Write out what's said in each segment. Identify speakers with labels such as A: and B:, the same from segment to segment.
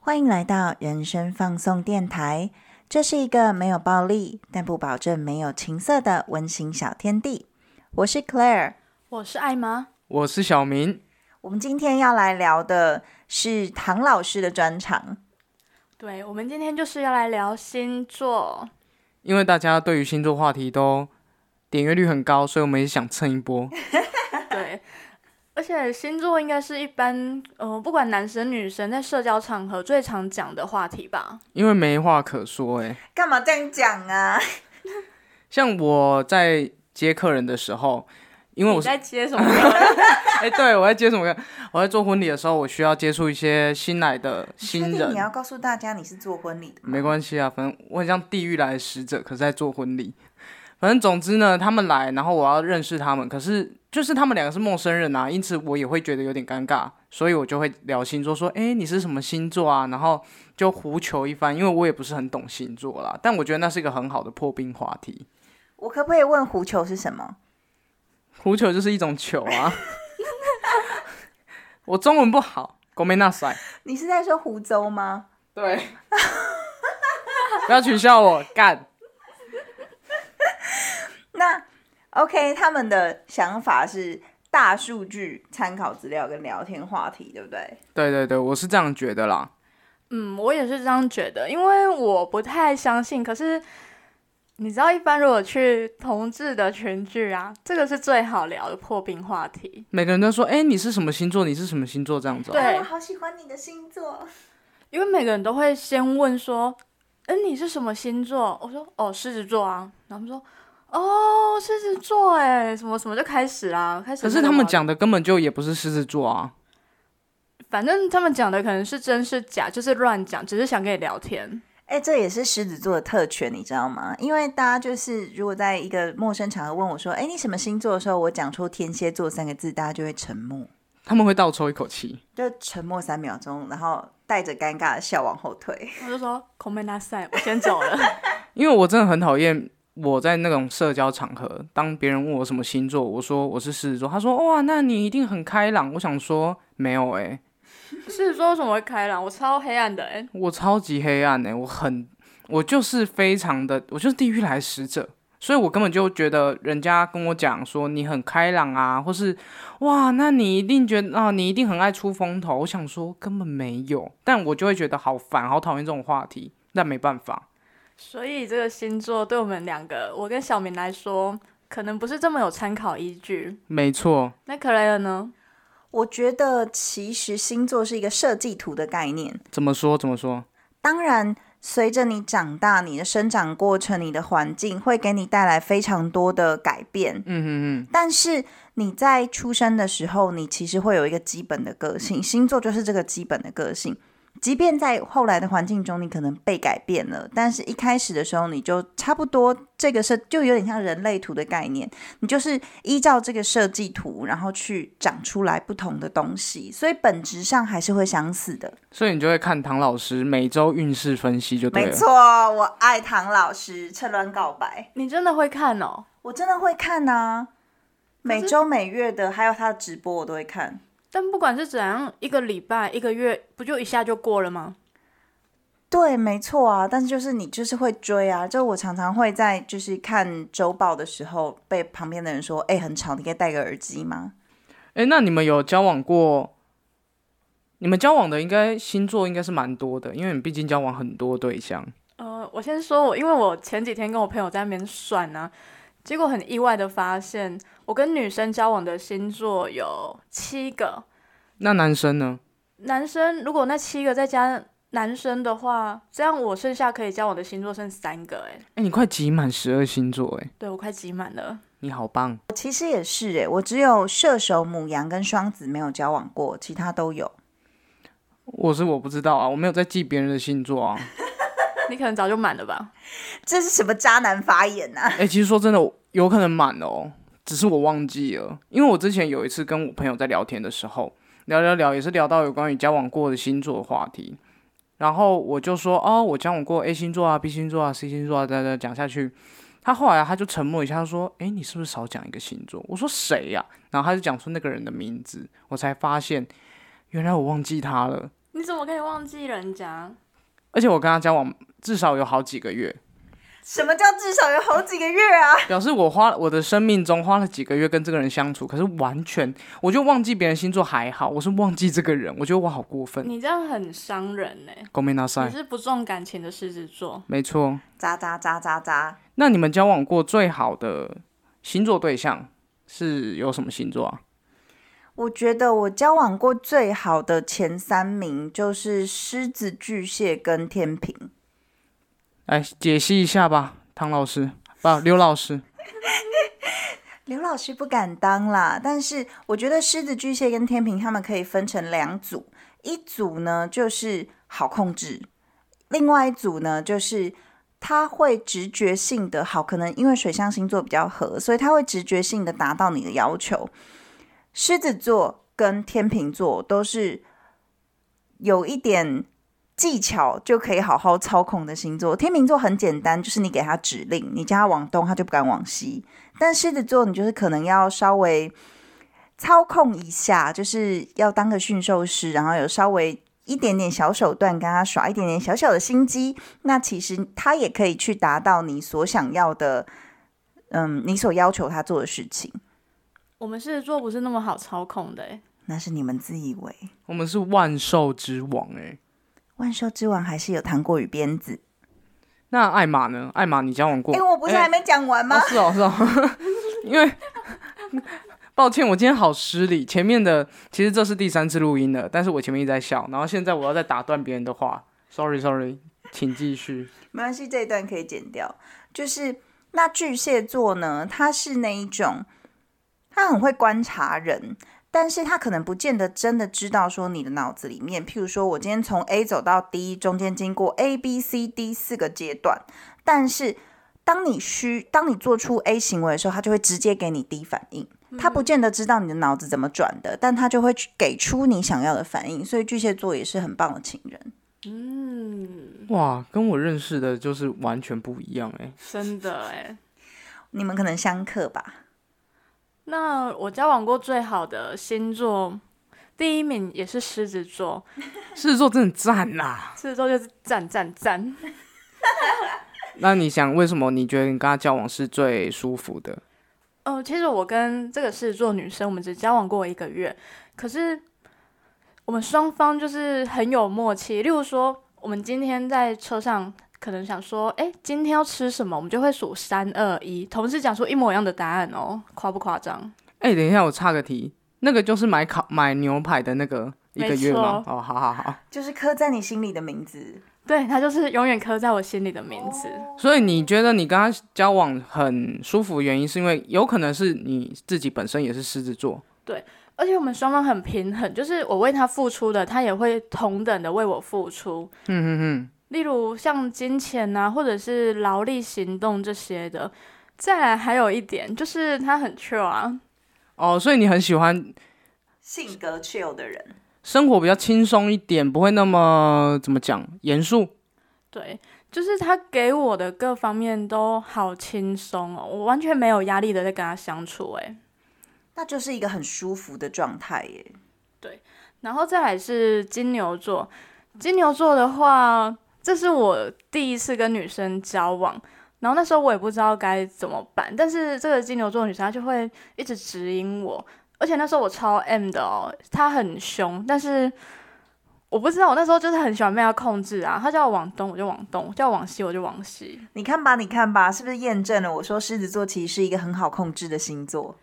A: 欢迎来到人生放送电台，这是一个没有暴力，但不保证没有情色的温馨小天地。我是 Claire，
B: 我是艾玛，
C: 我是小明。
A: 我们今天要来聊的是唐老师的专场。
B: 对，我们今天就是要来聊星 座。
C: 因为大家对于星座话题都点阅率很高，所以我们也想蹭一波。
B: 对，而且星座应该是一般，呃，不管男生女生在社交场合最常讲的话题吧。
C: 因为没话可说、欸，
A: 干嘛这样讲啊？
C: 像我在接客人的时候，因为
B: 你
C: 我是
B: 在接 什么？
C: 哎、对我在接什么？我在做婚礼的时候，我需要接触一些新来的新
A: 确定
C: 人
A: 你。要告诉大家你是做婚礼的吗？
C: 没关系啊，反正我很像地狱来的使者，可是在做婚礼。反正总之呢，他们来，然后我要认识他们，可是就是他们两个是陌生人啊，因此我也会觉得有点尴尬，所以我就会聊星座，说，诶，你是什么星座啊？然后就胡求一番，因为我也不是很懂星座啦，但我觉得那是一个很好的破冰话题。
A: 我可不可以问狐球是什么？
C: 胡球就是一种球啊， 我中文不好，国美那塞，
A: 你是在说湖州吗？
C: 对，不要取笑我，干，
A: 那 OK，他们的想法是大数据参考资料跟聊天话题，对不对？
C: 对对对，我是这样觉得啦。
B: 嗯，我也是这样觉得，因为我不太相信。可是你知道，一般如果去同志的群聚啊，这个是最好聊的破冰话题。
C: 每个人都说：“哎、你是什么星座？你是什么星座？”这样子、哦。
B: 对
A: 啊我好喜欢你的星座。
B: 因为每个人都会先问说：“哎，你是什么星座？”我说：“哦，狮子座啊。”然后他们说：“哦，狮子座，哎，什么什么就开始啦，开始。”
C: 可是他们，讲的根本就也不是狮子座啊。
B: 反正他们讲的可能是真是假，就是乱讲，只是想跟你聊天。
A: 哎、这也是狮子座的特权，你知道吗？因为大家就是如果在一个陌生场合问我说：“哎、你什么星座？”的时候，我讲出天蝎座三个字，大家就会沉默，
C: 他们会倒抽一口气，
A: 就沉默三秒钟，然后带着尴尬的笑往后退。
B: 我就说：“孔梅拉塞，我先走了。
C: 因为我真的很讨厌我在那种社交场合，当别人问我什么星座，我说我是狮子座，他说：“哇，那你一定很开朗。”我想说没有哎、”
B: 狮子座为什么会开朗？我超黑暗的，哎，
C: 我超级黑暗哎、我很我就是非常的，我就是地狱来使者。所以我根本就觉得人家跟我讲说你很开朗啊，或是哇，那你一定觉得啊，你一定很爱出风头。我想说根本没有，但我就会觉得好烦，好讨厌这种话题。但没办法，
B: 所以这个星座对我们两个，我跟小明来说，可能不是这么有参考依据。
C: 没错，
B: 那克莱尔呢？
A: 我觉得其实星座是一个设计图的概念。
C: 怎么说怎么说？
A: 当然，随着你长大，你的生长过程、你的环境会给你带来非常多的改变。
C: 嗯嗯嗯，
A: 但是你在出生的时候，你其实会有一个基本的个性，星座就是这个基本的个性。即便在后来的环境中，你可能被改变了，但是一开始的时候，你就差不多这个是就有点像人类图的概念，你就是依照这个设计图，然后去长出来不同的东西，所以本质上还是会相似的。
C: 所以你就会看唐老师每周运势分析就对
A: 没
C: 了。
A: 错，我爱唐老师趁乱告白，
B: 你真的会看哦？
A: 我真的会看呐、每周每月的，还有他的直播我都会看。
B: 但不管是怎样，一个礼拜、一个月，不就一下就过了吗？
A: 对，没错啊，但是就是你就是会追啊，就我常常会在就是看周报的时候，被旁边的人说：“哎、很吵，你可以戴个耳机吗
C: 哎、那你们有交往过？你们交往的应该星座应该是蛮多的，因为你毕竟交往很多对象。
B: 呃，我先说我，因为我前几天跟我朋友在那边算呢、结果很意外的发现，我跟女生交往的星座有七个，
C: 那男生呢？
B: 男生如果那七个再加男生的话，这样我剩下可以交往的星座剩三个、欸，
C: 哎、你快集满十二星座哎、
B: 对我快挤满了。
C: 你好棒！”
A: 我其实也是哎、我只有射手、母羊跟双子没有交往过，其他都有。
C: 我是我不知道啊，我没有在记别人的星座 啊。
B: 你可能早就满了吧？
A: 这是什么渣男啊发言呐、
C: 哎、其实说真的，有可能满哦，只是我忘记了。因为我之前有一次跟我朋友在聊天的时候，聊聊聊也是聊到有关于交往过的星座的话题，然后我就说哦，我讲我过 A 星座啊、B 星座啊、C 星座啊，哒哒讲下去。他后来他就沉默一下，他说：“诶，你是不是少讲一个星座？”我说：“谁呀、然后他就讲出那个人的名字，我才发现原来我忘记他了。
B: 你怎么可以忘记人家？
C: 而且我跟他交往至少有好几个月，
A: 什么叫至少有好几个月啊？
C: 表示我花我的生命中花了几个月跟这个人相处，可是完全我就忘记别人星座还好，我是忘记这个人，我觉得我好过分。
B: 你这样很伤人呢、
C: 公明大
B: 你
C: 赛，
B: 是不重感情的狮子座，
C: 没错。
A: 渣渣渣渣渣，
C: 那你们交往过最好的星座对象是有什么星座啊？
A: 我觉得我交往过最好的前三名就是狮子、巨蟹跟天平。
C: 来解析一下吧，汤老师，不，刘老师。
A: 刘老师不敢当啦，但是我觉得狮子、巨蟹跟天平他们可以分成两组，一组呢就是好控制，另外一组呢就是他会直觉性的好，可能因为水象星座比较合，所以他会直觉性的达到你的要求。狮子座跟天秤座都是有一点技巧就可以好好操控的星座，天秤座很简单，就是你给他指令，你叫他往东，他就不敢往西。但狮子座，你就是可能要稍微操控一下，就是要当个驯兽师，然后有稍微一点点小手段，跟他耍一点点小小的心机。那其实他也可以去达到你所想要的，嗯，你所要求他做的事情。
B: 我们狮子座不是那么好操控的、欸。
A: 那是你们自以为
C: 我们是万兽之王哎、
A: 万兽之王还是有糖果与鞭子？
C: 那艾玛呢？艾玛，你交往过？
A: 哎、我不是还
C: 哎
A: 没讲完吗？
C: 啊，是哦，是哦，因为抱歉，我今天好失礼。前面的其实这是第三次录音了，但是我前面一直在笑，然后现在我要再打断别人的话，sorry，sorry，请继续。
A: 没关系，这一段可以剪掉。就是那巨蟹座呢，他是那一种，他很会观察人，但是他可能不见得真的知道说你的脑子里面，譬如说我今天从 A 走到 D，中间经过 A、B、C、D 四个阶段，但是当你需当你做出 A 行为的时候，他就会直接给你 D 反应。他不见得知道你的脑子怎么转的，但他就会去给出你想要的反应，所以巨蟹座也是很棒的情人。
B: 嗯，
C: 哇，跟我认识的就是完全不一样哎、
B: 真的哎、
A: 你们可能相克吧？
B: 那我交往过最好的星座，第一名也是狮子 座，
C: 狮子座真的赞啦！
B: 狮子座就是赞赞赞。
C: 那你想，为什么你觉得你跟他交往是最舒服的？
B: 哦，其实我跟这个狮子座女生，我们只交往过一个月，可是我们双方就是很有默契。例如说，我们今天在车上可能想说，哎，今天要吃什么，我们就会数三二一，同时讲出一模一样的答案哦，夸不夸张？
C: 哎、等一下，我岔个题，那个就是买烤买牛排的那个一个月吗
B: 没错？
C: 哦，好好好。
A: 就是刻在你心里的名字。
B: 对，它就是永远刻在我心里的名字。
C: 所以你觉得你跟他交往很舒服，原因是因为有可能是你自己本身也是狮子座，
B: 而且我们双方很平衡，就是我为他付出的，他也会同等的为我付出。嗯嗯嗯。例如像金钱啊，或者是劳力行动这些的。再来还有一点就是他很 chill 啊，
C: 哦，所以你很喜欢
A: 性格 chill 的人，
C: 生活比较轻松一点，不会那么怎么讲严肃。
B: 对，就是他给我的各方面都好轻松哦，我完全没有压力的在跟他相处、欸诶。
A: 那就是一个很舒服的状态耶。
B: 然后再来是金牛座，金牛座的话，这是我第一次跟女生交往，然后那时候我也不知道该怎么办，但是这个金牛座女生她就会一直指引我，而且那时候我超 M 的哦，她很凶，但是我不知道，我那时候就是很喜欢被她控制啊，她叫我往东我就往东，叫我往西我就往西，
A: 你看吧，你看吧，是不是验证了我说狮子座其实是一个很好控制的星座？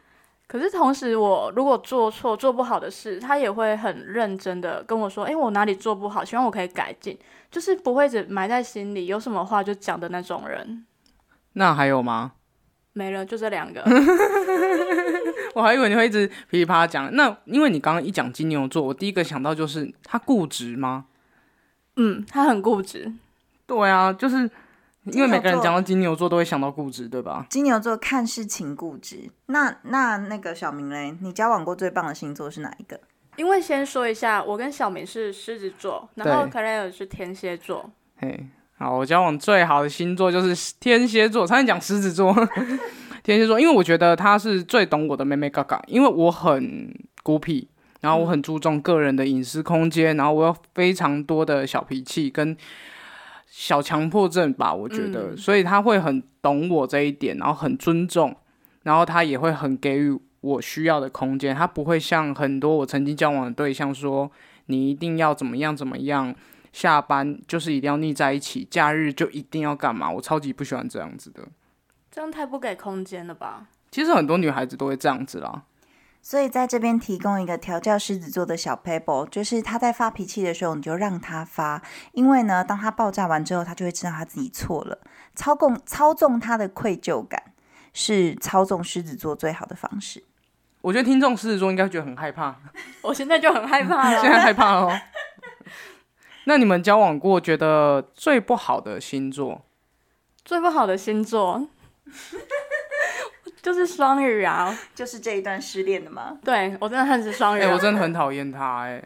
B: 可是同时，我如果做错、做不好的事，他也会很认真的跟我说：“诶，我哪里做不好，希望我可以改进。”就是不会只埋在心里，有什么话就讲的那种人。
C: 那还有吗？
B: 没了，就这两 个。
C: 我还以为你会一直噼里啪啦讲。那因为你刚刚一讲金牛座，我第一个想到就是他固执吗？
B: 嗯，他很固执，
C: 对啊，就是因为每
A: 金
C: 个
A: 牛
C: 人
A: 座
C: 讲到金牛座都会想到固执，对吧？
A: 金牛座看事情固执。那那那个小明嘞，你交往过最棒的星座是哪一个？
B: 因为先说一下，我跟小明是狮子座，然后
C: 对
B: Claire 是天蝎座，
C: 嘿，好，我交往最好的星座就是天蝎座，差点讲狮子座。 天蝎座，因为我觉得他是最懂我的妹妹嘎嘎，因为我很孤僻，然后我很注重个人的隐私空间，然后我有非常多的小脾气跟小强迫症吧，我觉得，
B: 嗯
C: 所以他会很懂我这一点，然后很尊重，然后他也会很给予我需要的空间，他不会像很多我曾经交往的对象说你一定要怎么样怎么样，下班就是一定要腻在一起，假日就一定要干嘛，我超级不喜欢这样子的。
B: 这样太不给空间了吧？
C: 其实很多女孩子都会这样子啦，
A: 所以在这边提供一个调教狮子座的小 pebble，就是他在发脾气的时候，你就让他发，因为呢，当他爆炸完之后，他就会知道他自己错了，操控操纵他的愧疚感是操纵狮子座最好的方式。
C: 我觉得听众狮子座应该觉得很害怕，
B: 我现在就很害怕
C: 现在
B: 了。
C: 害怕哦。那你们交往过觉得最不好的星座？
B: 最不好的星座 就是双鱼啊！
A: 就是这一段失恋的吗？
B: 对我真的恨死双
C: 哎、
B: 鱼啊、
C: 我真的很讨厌他哎、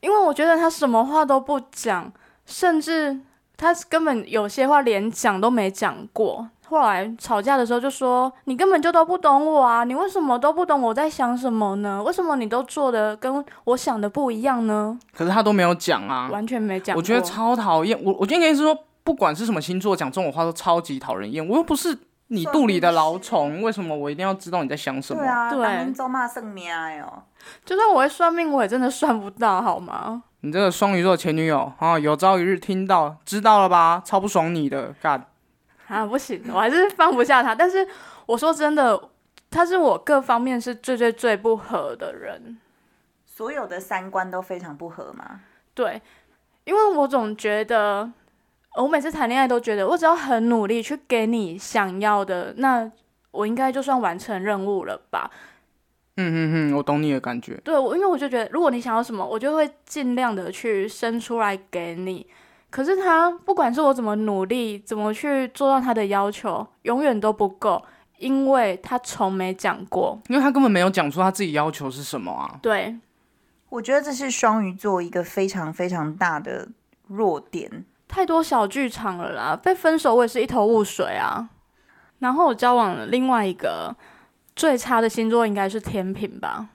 B: 因为我觉得他什么话都不讲，甚至他根本有些话连讲都没讲过。后来吵架的时候就说：“你根本就都不懂我啊！你为什么都不懂我在想什么呢？为什么你都做的跟我想的不一样呢？”
C: 可是他都没有讲啊，
B: 完全没讲过。
C: 我觉得超讨厌。我我今天跟你说，不管是什么星座，讲这种话都超级讨人厌。我又不是你肚里的老虫，为什么我一定要知道你在想什么？
A: 对啊，
B: 对
A: 当面咒骂圣命哎哦。
B: 就算我会算命，我也真的算不到，好吗？
C: 你这个双鱼座前女友啊，有朝一日听到知道了吧？超不爽你的，干！
B: 啊，不行，我还是放不下他。但是我说真的，他是我各方面是最最最不合的人。
A: 所有的三观都非常不合嘛。
B: 对，因为我总觉得，呃我每次谈恋爱都觉得，我只要很努力去给你想要的，那我应该就算完成任务了吧？
C: 嗯嗯嗯，我懂你的感觉。
B: 对，我因为我就觉得，如果你想要什么，我就会尽量的去生出来给你。可是他不管是我怎么努力，怎么去做到他的要求，永远都不够，因为他从没讲过。
C: 因为他根本没有讲出他自己要求是什么啊。
B: 对，
A: 我觉得这是双鱼座一个非常非常大的弱点。
B: 太多小剧场了啦，被分手我也是一头雾水啊。然后我交往了另外一个最差的星座应该是天平吧，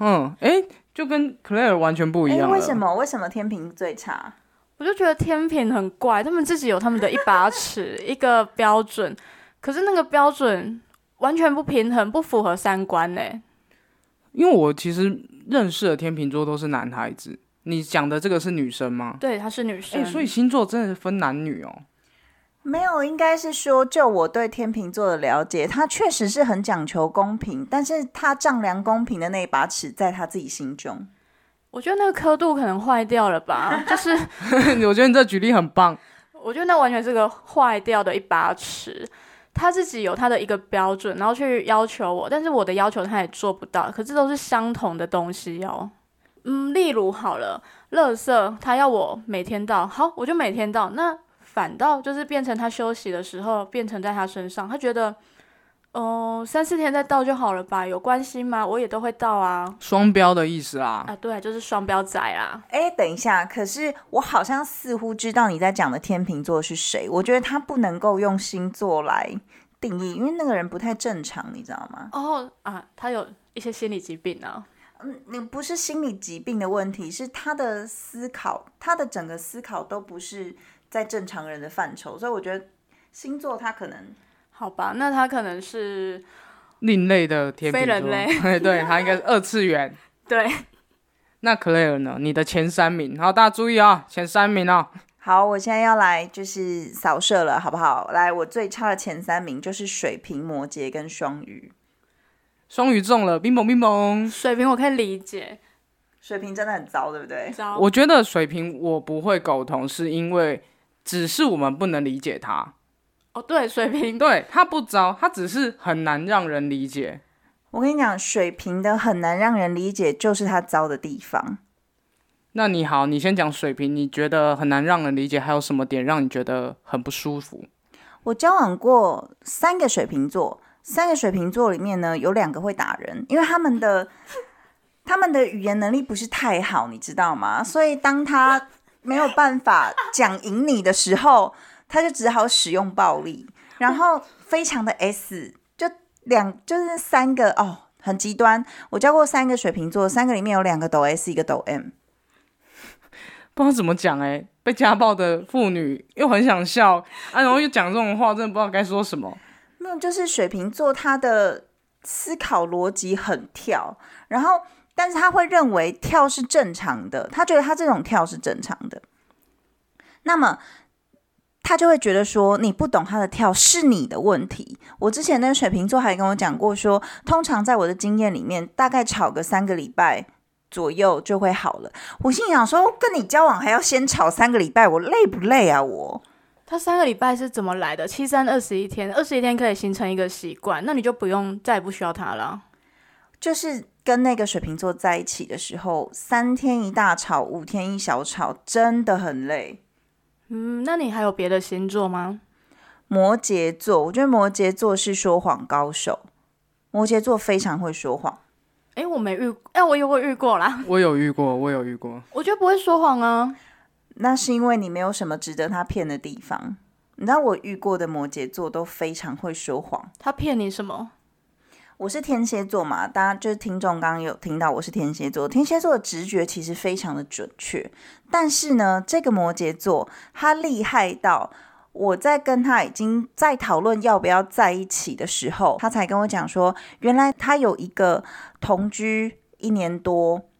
C: 嗯，诶，就跟 Claire 完全不一
A: 哎，
C: 样了。
A: 为什？么？为什么天平最差？
B: 我就觉得天平很怪，他们自己有他们的一把尺， 一个标准，可是那个标准完全不平衡，不符合三观呢、
C: 因为我其实认识的天秤座都是男孩子，你讲的这个是女生吗？
B: 对，她是女生，
C: 诶，所以星座真的分男女哦。
A: 没有，应该是说，就我对天秤座的了解，他确实是很讲求公平，但是他丈量公平的那一把尺在他自己心中。
B: 我觉得那个刻度可能坏掉了吧，就是
C: 我觉得你这举例很棒。
B: 我觉得那完全是个坏掉的一把尺。他自己有他的一个标准，然后去要求我，但是我的要求他也做不到。可这都是相同的东西哦。嗯，例如好了，垃圾他要我每天倒，好，我就每天倒。那反倒就是变成他休息的时候，变成在他身上，他觉得，哦、三四天再倒就好了吧，有关系吗？我也都会倒啊。
C: 双标的意思啦。
B: 啊，对，就是双标仔啊。
A: 哎，等一下，可是我好像似乎知道你在讲的天秤座是谁。我觉得他不能够用星座来定义，因为那个人不太正常，你知道吗？
B: 哦啊，他有一些心理疾病啊。
A: 嗯，你不是心理疾病的问题，是他的思考，他的整个思考都不是在正常人的范畴，所以我觉得星座他可能
B: 好吧，那他可能是
C: 另类的天秤座，
B: 非人 类
C: 嘿对，它应该是二次元。
B: 对。
C: 那 Claire 呢？你的前三名，好，大家注意啊、前三名啊、
A: 好，我现在要来就是扫射了，好不好？来，我最差的前三名就是水瓶、摩羯跟双鱼。
C: 双鱼中了，冰崩冰崩。
B: 水瓶我可以理解，
A: 水瓶真的很糟，对不对？
B: 糟
C: 我觉得水瓶我不会苟同，是因为只是我们不能理解他，
B: 哦对，水瓶
C: 对他不糟，他只是很难让人理解。
A: 我跟你讲，水瓶的很难让人理解，就是它糟的地方。
C: 那你好，你先讲水瓶，你觉得很难让人理解，还有什么点让你觉得很不舒服？
A: 我交往过三个水瓶座，三个水瓶座里面呢，有两个会打人，因为他们的他们的语言能力不是太好，你知道吗？所以当他没有办法讲赢你的时候，他就只好使用暴力，然后非常的 S，就两就是三个哦，很极端。我教过三个水瓶座，三个里面有两个抖 S，一个抖 M。
C: 不知道怎么讲哎、被家暴的妇女又很想笑啊，然后又讲这种话，真的不知道该说什么。
A: 没有，就是水瓶座他的思考逻辑很跳，然后但是他会认为跳是正常的，他觉得他这种跳是正常的，那么。他就会觉得说你不懂他的跳是你的问题。我之前那个水瓶座还跟我讲过说，通常在我的经验里面，大概吵个三个礼拜左右就会好了。我心想说，跟你交往还要先吵三个礼拜，我累不累啊？我
B: 他三个礼拜是怎么来的？七三二十一天，二十一天可以形成一个习惯，那你就不用再也不需要他了。
A: 就是跟那个水瓶座在一起的时候，三天一大吵，五天一小吵，真的很累。
B: 嗯，那你还有别的星座吗？
A: 摩羯座，我觉得摩羯座是说谎高手，摩羯座非常会说谎。
B: 诶，我没遇，哎、我有我遇过啦。
C: 我有遇过，我有遇过，
B: 我觉得不会说谎啊。
A: 那是因为你没有什么值得他骗的地方。你知道我遇过的摩羯座都非常会说谎。
B: 他骗你什么？
A: 我是天蝎座嘛，大家就是听众刚刚有听到我是天蝎座，天蝎座的直觉其实非常的准确，但是呢，这个摩羯座他厉害到我在跟他已经在讨论要不要在一起的时候，他才跟我讲说，原来他有一个同居一年多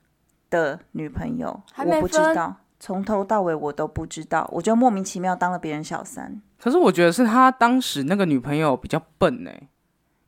A: 的女朋友，
B: 还没
A: 我不知
B: 分
A: 道，从头到尾我都不知道，我就莫名其妙当了别人小三。
C: 可是我觉得是他当时那个女朋友比较笨哎、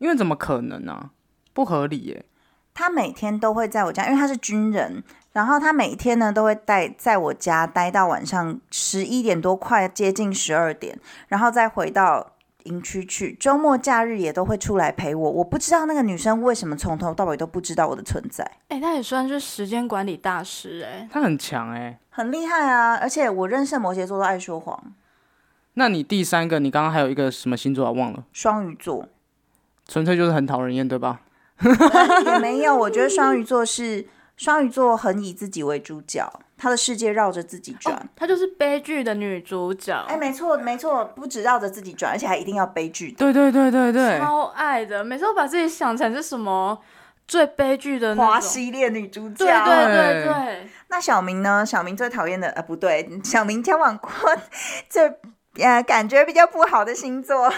C: 因为怎么可能呢、啊？不合理耶、
A: 他每天都会在我家，因为他是军人，然后他每天呢都会待在我家待到晚上十一点多，快接近十二点，然后再回到营区去。周末假日也都会出来陪我。我不知道那个女生为什么从头到尾都不知道我的存在，
B: 诶，他也算是时间管理大师诶，
C: 他很强哎、
A: 很厉害啊！而且我认识的摩羯座都爱说谎，
C: 那你第三个，你刚刚还有一个什么星座啊？忘了，
A: 双鱼座。
C: 纯粹就是很讨人厌，对吧？
A: 也没有，我觉得双鱼座是双鱼座很以自己为主角，他的世界绕着自己转。
B: 哦，他就是悲剧的女主角，
A: 哎、没错，没错，不止绕着自己转，而且还一定要悲剧的
C: 对对对对对，
B: 超爱的。每次都把自己想成是什么最悲剧的那
A: 华
B: 种。
A: 西恋女主角。
B: 对对对
C: 对
B: 对，
A: 那小明呢？小明最讨厌的呃，不对，小明交往过 最呃感觉比较不好的星座，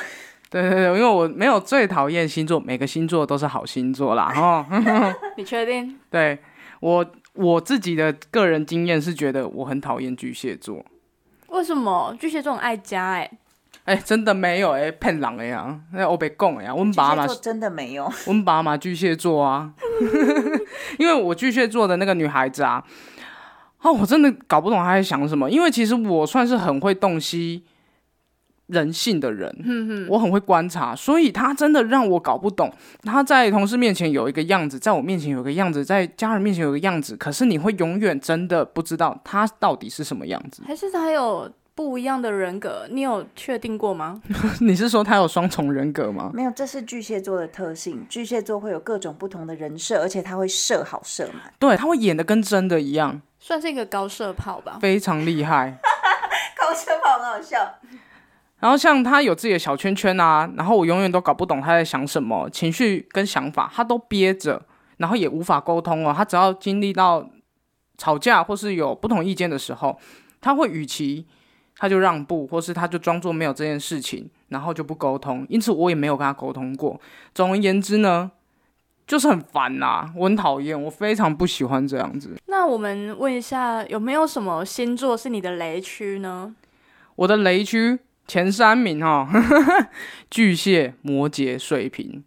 C: 对对对，因为我没有最讨厌星座，每个星座都是好星座 啦。哈，
B: 你确定？
C: 对我我自己的个人经验是觉得我很讨厌巨蟹座，
B: 为什么巨蟹座很爱家、哎，
C: 哎，真的没有哎，骗人的呀，那我被供的呀，温
A: 巨
C: 爸
A: 蟹
C: 嘛
A: 座，真的没有。
C: 温爸嘛，巨蟹座啊， 因为我巨蟹座的那个女孩子啊，啊，我真的搞不懂她在想什么，因为其实我算是很会洞悉人性的人，我很会观察，所以她真的让我搞不懂，她在同事面前有一个样子，在我面前有一个样子，在家人面前有一个样子，可是你会永远真的不知道她到底是什么样子。
B: 还是他有不一样的人格？你有确定过 吗？
C: 你是说她有双重人格吗？
A: 没有，这是巨蟹座的特性。巨蟹座会有各种不同的人设，而且他会设好设满。
C: 对，她会演的跟真的一样，
B: 算是一个高射炮吧。
C: 非常厉害。
A: 搞笑吧，很好笑。
C: 然后像他有自己的小圈圈啊，然后我永远都搞不懂他在想什么，情绪跟想法他都憋着，然后也无法沟通哦。他只要经历到吵架或是有不同意见的时候，他会与其他就让步，或是他就装作没有这件事情，然后就不沟通。因此我也没有跟他沟通过。总而言之呢，就是很烦呐、我很讨厌，我非常不喜欢这样子。
B: 那我们问一下，有没有什么星座是你的雷区呢？
C: 我的雷区前三名哈、 哦，巨蟹、摩羯、水瓶。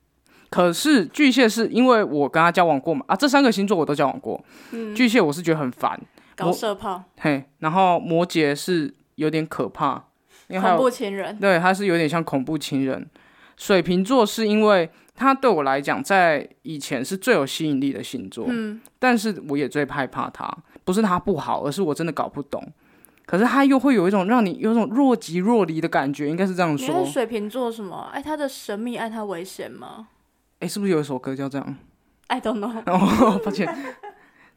C: 可是巨蟹是因为我跟他交往过嘛啊，这三个星座我都交往过。
B: 嗯
C: 巨蟹我是觉得很烦，
B: 高射炮，
C: 嘿，然后摩羯是有点可怕，因为还
B: 恐
C: 有
B: 怖情人。
C: 对，他是有点像恐怖情人。水瓶座是因为他对我来讲，在以前是最有吸引力的星座，
B: 嗯，
C: 但是我也最害怕他，不是他不好，而是我真的搞不懂。可是他又会有一种让你有一种若即若离的感觉，应该是这样
B: 你看
C: 说。
B: 水瓶座什么？爱他的神秘，爱他危险吗
C: 诶，是不是有一首歌叫这样？
B: ？I don't know。
C: 哦，抱歉。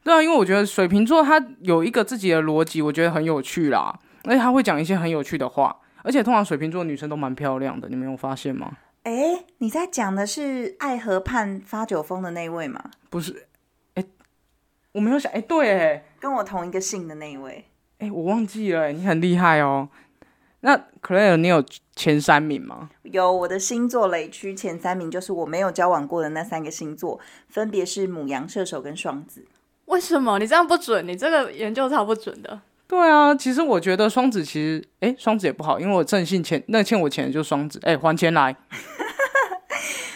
C: 对啊，因为我觉得水瓶座他有一个自己的逻辑，我觉得很有趣啦，而且他会讲一些很有趣的话，而且通常水瓶座女生都蛮漂亮的，你没有发现吗？
A: 哎，你在讲的是爱河畔发酒疯的那位吗？
C: 不是，哎，我没有想，哎，对，哎，
A: 跟我同一个姓的那一位。
C: 哎，我忘记了，哎你很厉害哦。那 Claire，你有前三名吗？
A: 有我的星座雷区前三名，就是我没有交往过的那三个星座，分别是母羊、射手跟双子。
B: 为什么你这样不准？你这个研究超不准的。
C: 对啊，其实我觉得双子其实，哎，双子也不好，因为我正性钱，那欠我钱的就是双子，哎，还钱来。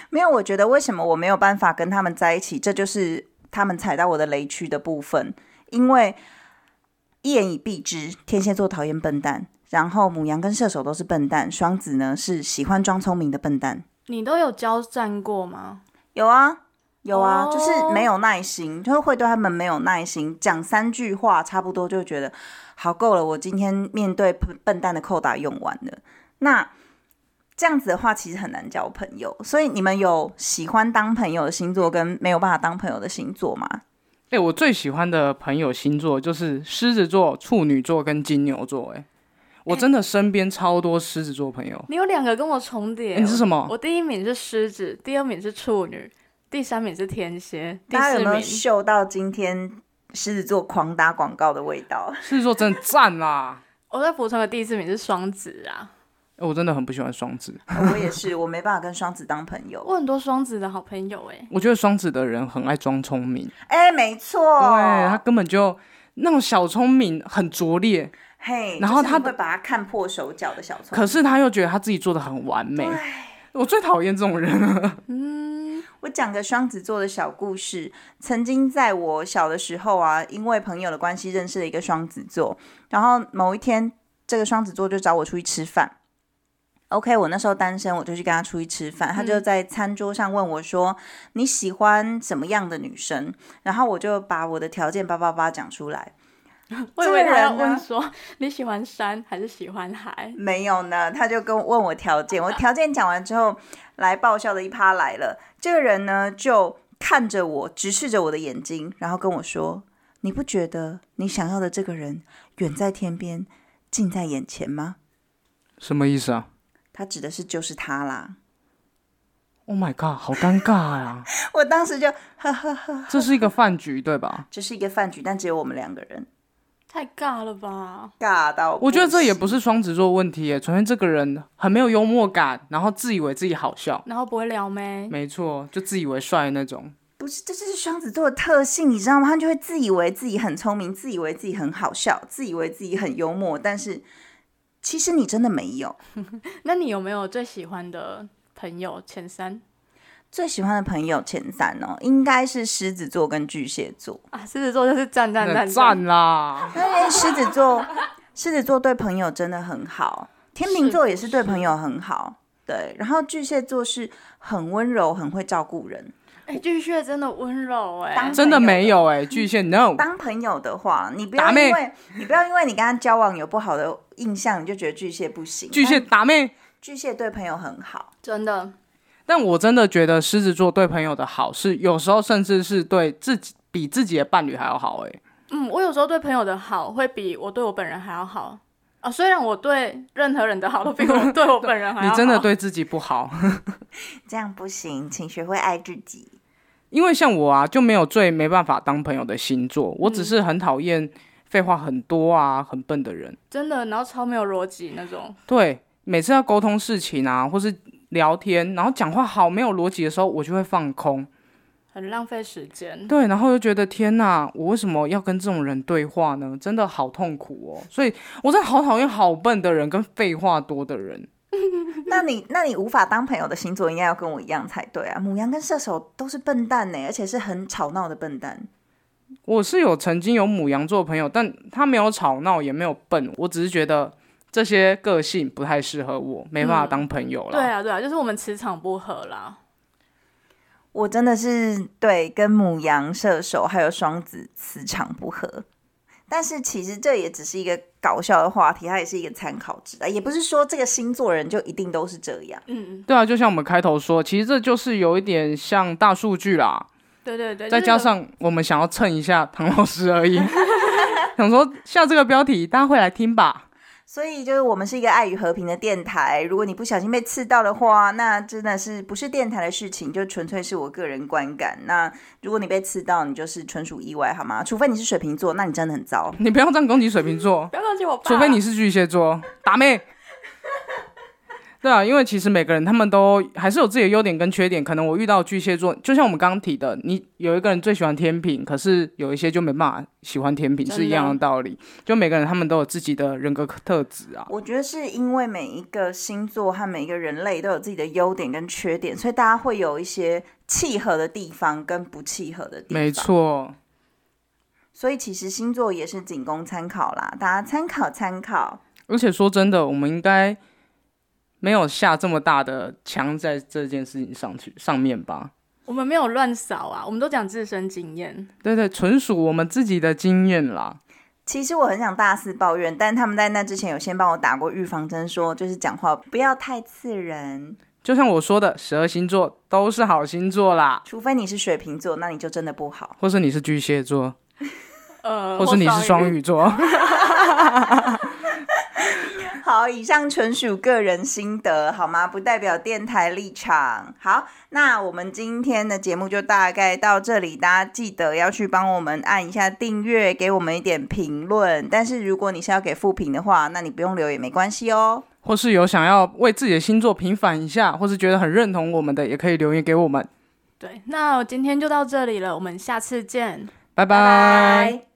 A: 没有，我觉得为什么我没有办法跟他们在一起，这就是他们踩到我的雷区的部分。因为一言以蔽之，天蝎座讨厌笨蛋，然后母羊跟射手都是笨蛋，双子呢是喜欢装聪明的笨蛋。
B: 你都有交战过吗？
A: 有啊，有啊，
B: 哦
A: 就是没有耐心，就是会对他们没有耐心，讲三句话差不多就觉得好够了，我今天面对笨笨蛋的扣打用完了。那这样子的话，其实很难交朋友。所以你们有喜欢当朋友的星座跟没有办法当朋友的星座吗？
C: 哎、我最喜欢的朋友星座就是狮子座、处女座跟金牛座、哎，我真的身边超多狮子座朋友。
B: 你有两个跟我重叠、
C: 哎你是什么？
B: 我第一名是狮子，第二名是处女，第三名是天蝎，第
A: 大家
B: 四
A: 有没有
B: 名
A: 嗅到今天狮子座狂打广告的味道？
C: 狮子座真的赞啦！
B: 我再补充个第四名是双子啊。
C: 哎我真的很不喜欢双子，
A: 我也是，我没办法跟双子当朋友。
B: 我很多双子的好朋友哎、
C: 我觉得双子的人很爱装聪明，
A: 哎、没错，
C: 对他根本就那种小聪明很拙劣，
A: 嘿，
C: 然
A: 就
C: 后
A: 是
C: 他
A: 你
C: 的
A: 会把他看破手脚的小聪明。
C: 可是他又觉得他自己做的很完美。我最讨厌这种人了。
A: 我讲个双子座的小故事。曾经在我小的时候啊，因为朋友的关系认识了一个双子座，然后某一天这个双子座就找我出去吃饭。OK，我那时候单身，我就去跟他出去吃饭。他就在餐桌上问我说：“你喜欢什么样的女生？”然后我就把我的条件叭叭叭讲出来。
B: 我以为他要
A: 这个人
B: 问
A: 呢
B: 说 你喜欢山还是喜欢海？
A: 没有呢，他就跟我问我条件，我条件讲完之后，来爆笑的一趴来了。这个人呢，就看着我，直视着我的眼睛，然后跟我说：“你不觉得你想要的这个人远在天边，近在眼前吗
C: 什么意思啊？”
A: 他指的是就是他啦。
C: ？Oh my god，好尴尬 呀、
A: 我当时就
C: 这是一个饭局对吧？
A: 这是一个饭局，但只有我们两个人，
B: 太尬了吧！
A: 尬到
C: 我觉得这也
A: 行
C: 不是双子座问题耶，纯粹这个人很没有幽默感，然后自以为自己好笑，
B: 然后不会撩妹，
C: 没错，就自以为帅那种。
A: 不是，这就是双子座的特性，你知道吗？他就会自以为自己很聪明，自以为自己很好笑，自以为自己很幽默，但是其实你真的没有。
B: 那你有没有最喜欢的朋友前三
A: 最喜欢的朋友前三哦，应该是狮子座跟巨蟹座。
B: 啊？狮子座就是赞赞
C: 那
B: 赞
C: 赞啦！
A: 因为狮子座，狮子座对朋友真的很好，天秤座也是对朋友很好。对，然后巨蟹座是很温柔，很会照顾人。
B: 哎、巨蟹真的温柔哎、
A: 当
C: 真的没有哎，巨蟹 no，
A: 当朋友的话，你不要
C: 打妹
A: 因为你不要因为你跟他交往有不好的印象，你就觉得巨蟹不行。
C: 巨蟹打妹。
A: 巨蟹对朋友很好，
B: 真的
C: 但我真的觉得狮子座对朋友的好是有时候甚至是对自己比自己的伴侣还要好哎。
B: 嗯，我有时候对朋友的好会比我对我本人还要好啊、虽然我对任何人的好都比我对我本人还要
C: 你
B: 好，
C: 真的对自己不好，
A: 这样不行，请学会爱自己。
C: 因为像我啊就没有最没办法当朋友的星座，我
B: 嗯
C: 只是很讨厌废话很多啊、很笨的人。
B: 真的，然后超没有逻辑那种，
C: 对，每次要沟通事情啊，或是聊天，然后讲话好没有逻辑的时候，我就会放空。
B: 嗯很浪费时间。
C: 对，然后就觉得天哪，我为什么要跟这种人对话呢？真的好痛苦哦！所以我真的好讨厌好笨的人跟废话多的人。
A: 那你那你无法当朋友的星座应该要跟我一样才对啊！母羊跟射手都是笨蛋呢，而且是很吵闹的笨蛋。
C: 我是有曾经有母羊座朋友，但他没有吵闹，也没有笨，我只是觉得这些个性不太适合我，没办法当朋友
B: 嗯对
C: 了。
B: 啊，对啊，就是我们磁场不合啦。
A: 我真的是对跟母羊、射手还有双子磁场不合，但是其实这也只是一个搞笑的话题，它也是一个参考值啊，也不是说这个星座人就一定都是这样。
B: 嗯，
C: 对啊，就像我们开头说，其实这就是有一点像大数据啦。
B: 对对对，
C: 再
B: 就是
C: 加上我们想要蹭一下唐老师而已， 想说下这个标题大家会来听吧。
A: 所以就是我们是一个爱与和平的电台，如果你不小心被刺到的话，那真的是不是电台的事情，就纯粹是我个人观感。那如果你被刺到，你就是纯属意外，好吗？除非你是水瓶座，那你真的很糟。
C: 你不要这样攻击水瓶座，
B: 不要忘记我爸，
C: 除非你是巨蟹座， 打妹。对啊，因为其实每个人他们都还是有自己的优点跟缺点。可能我遇到巨蟹座，就像我们刚刚提的，你有一个人最喜欢天平，可是有一些就没办法喜欢天平，
B: 真的
C: 是一样的道理。就每个人他们都有自己的人格特质啊。
A: 我觉得是因为每一个星座和每一个人类都有自己的优点跟缺点，所以大家会有一些契合的地方跟不契合的地方。
C: 没，错，
A: 所以其实星座也是仅供参考啦，大家参考参考。
C: 而且说真的，我们应该没有下这么大的墙在这件事情上去上面吧？
B: 我们没有乱扫啊，我们都讲自身经验。
C: 对对，纯属我们自己的经验啦。
A: 其实我很想大肆抱怨，但他们在那之前有先帮我打过预防针，说就是讲话不要太刺人，
C: 就像我说的，十二星座都是好星座啦，
A: 除非你是水瓶座，那你就真的不好。
C: 或是你是巨蟹座，
B: 呃，
C: 或是你是双
B: 鱼，
C: 鱼座。
A: 好，以上纯属个人心得，好吗？不代表电台立场。好，那我们今天的节目就大概到这里，大家记得要去帮我们按一下订阅，给我们一点评论。但是如果你是要给负评的话，那你不用留也没关系哦。
C: 或是有想要为自己的星座平反一下，或是觉得很认同我们的，也可以留言给我们。
B: 对，那我今天就到这里了，我们下次见。
C: 拜
A: 拜拜。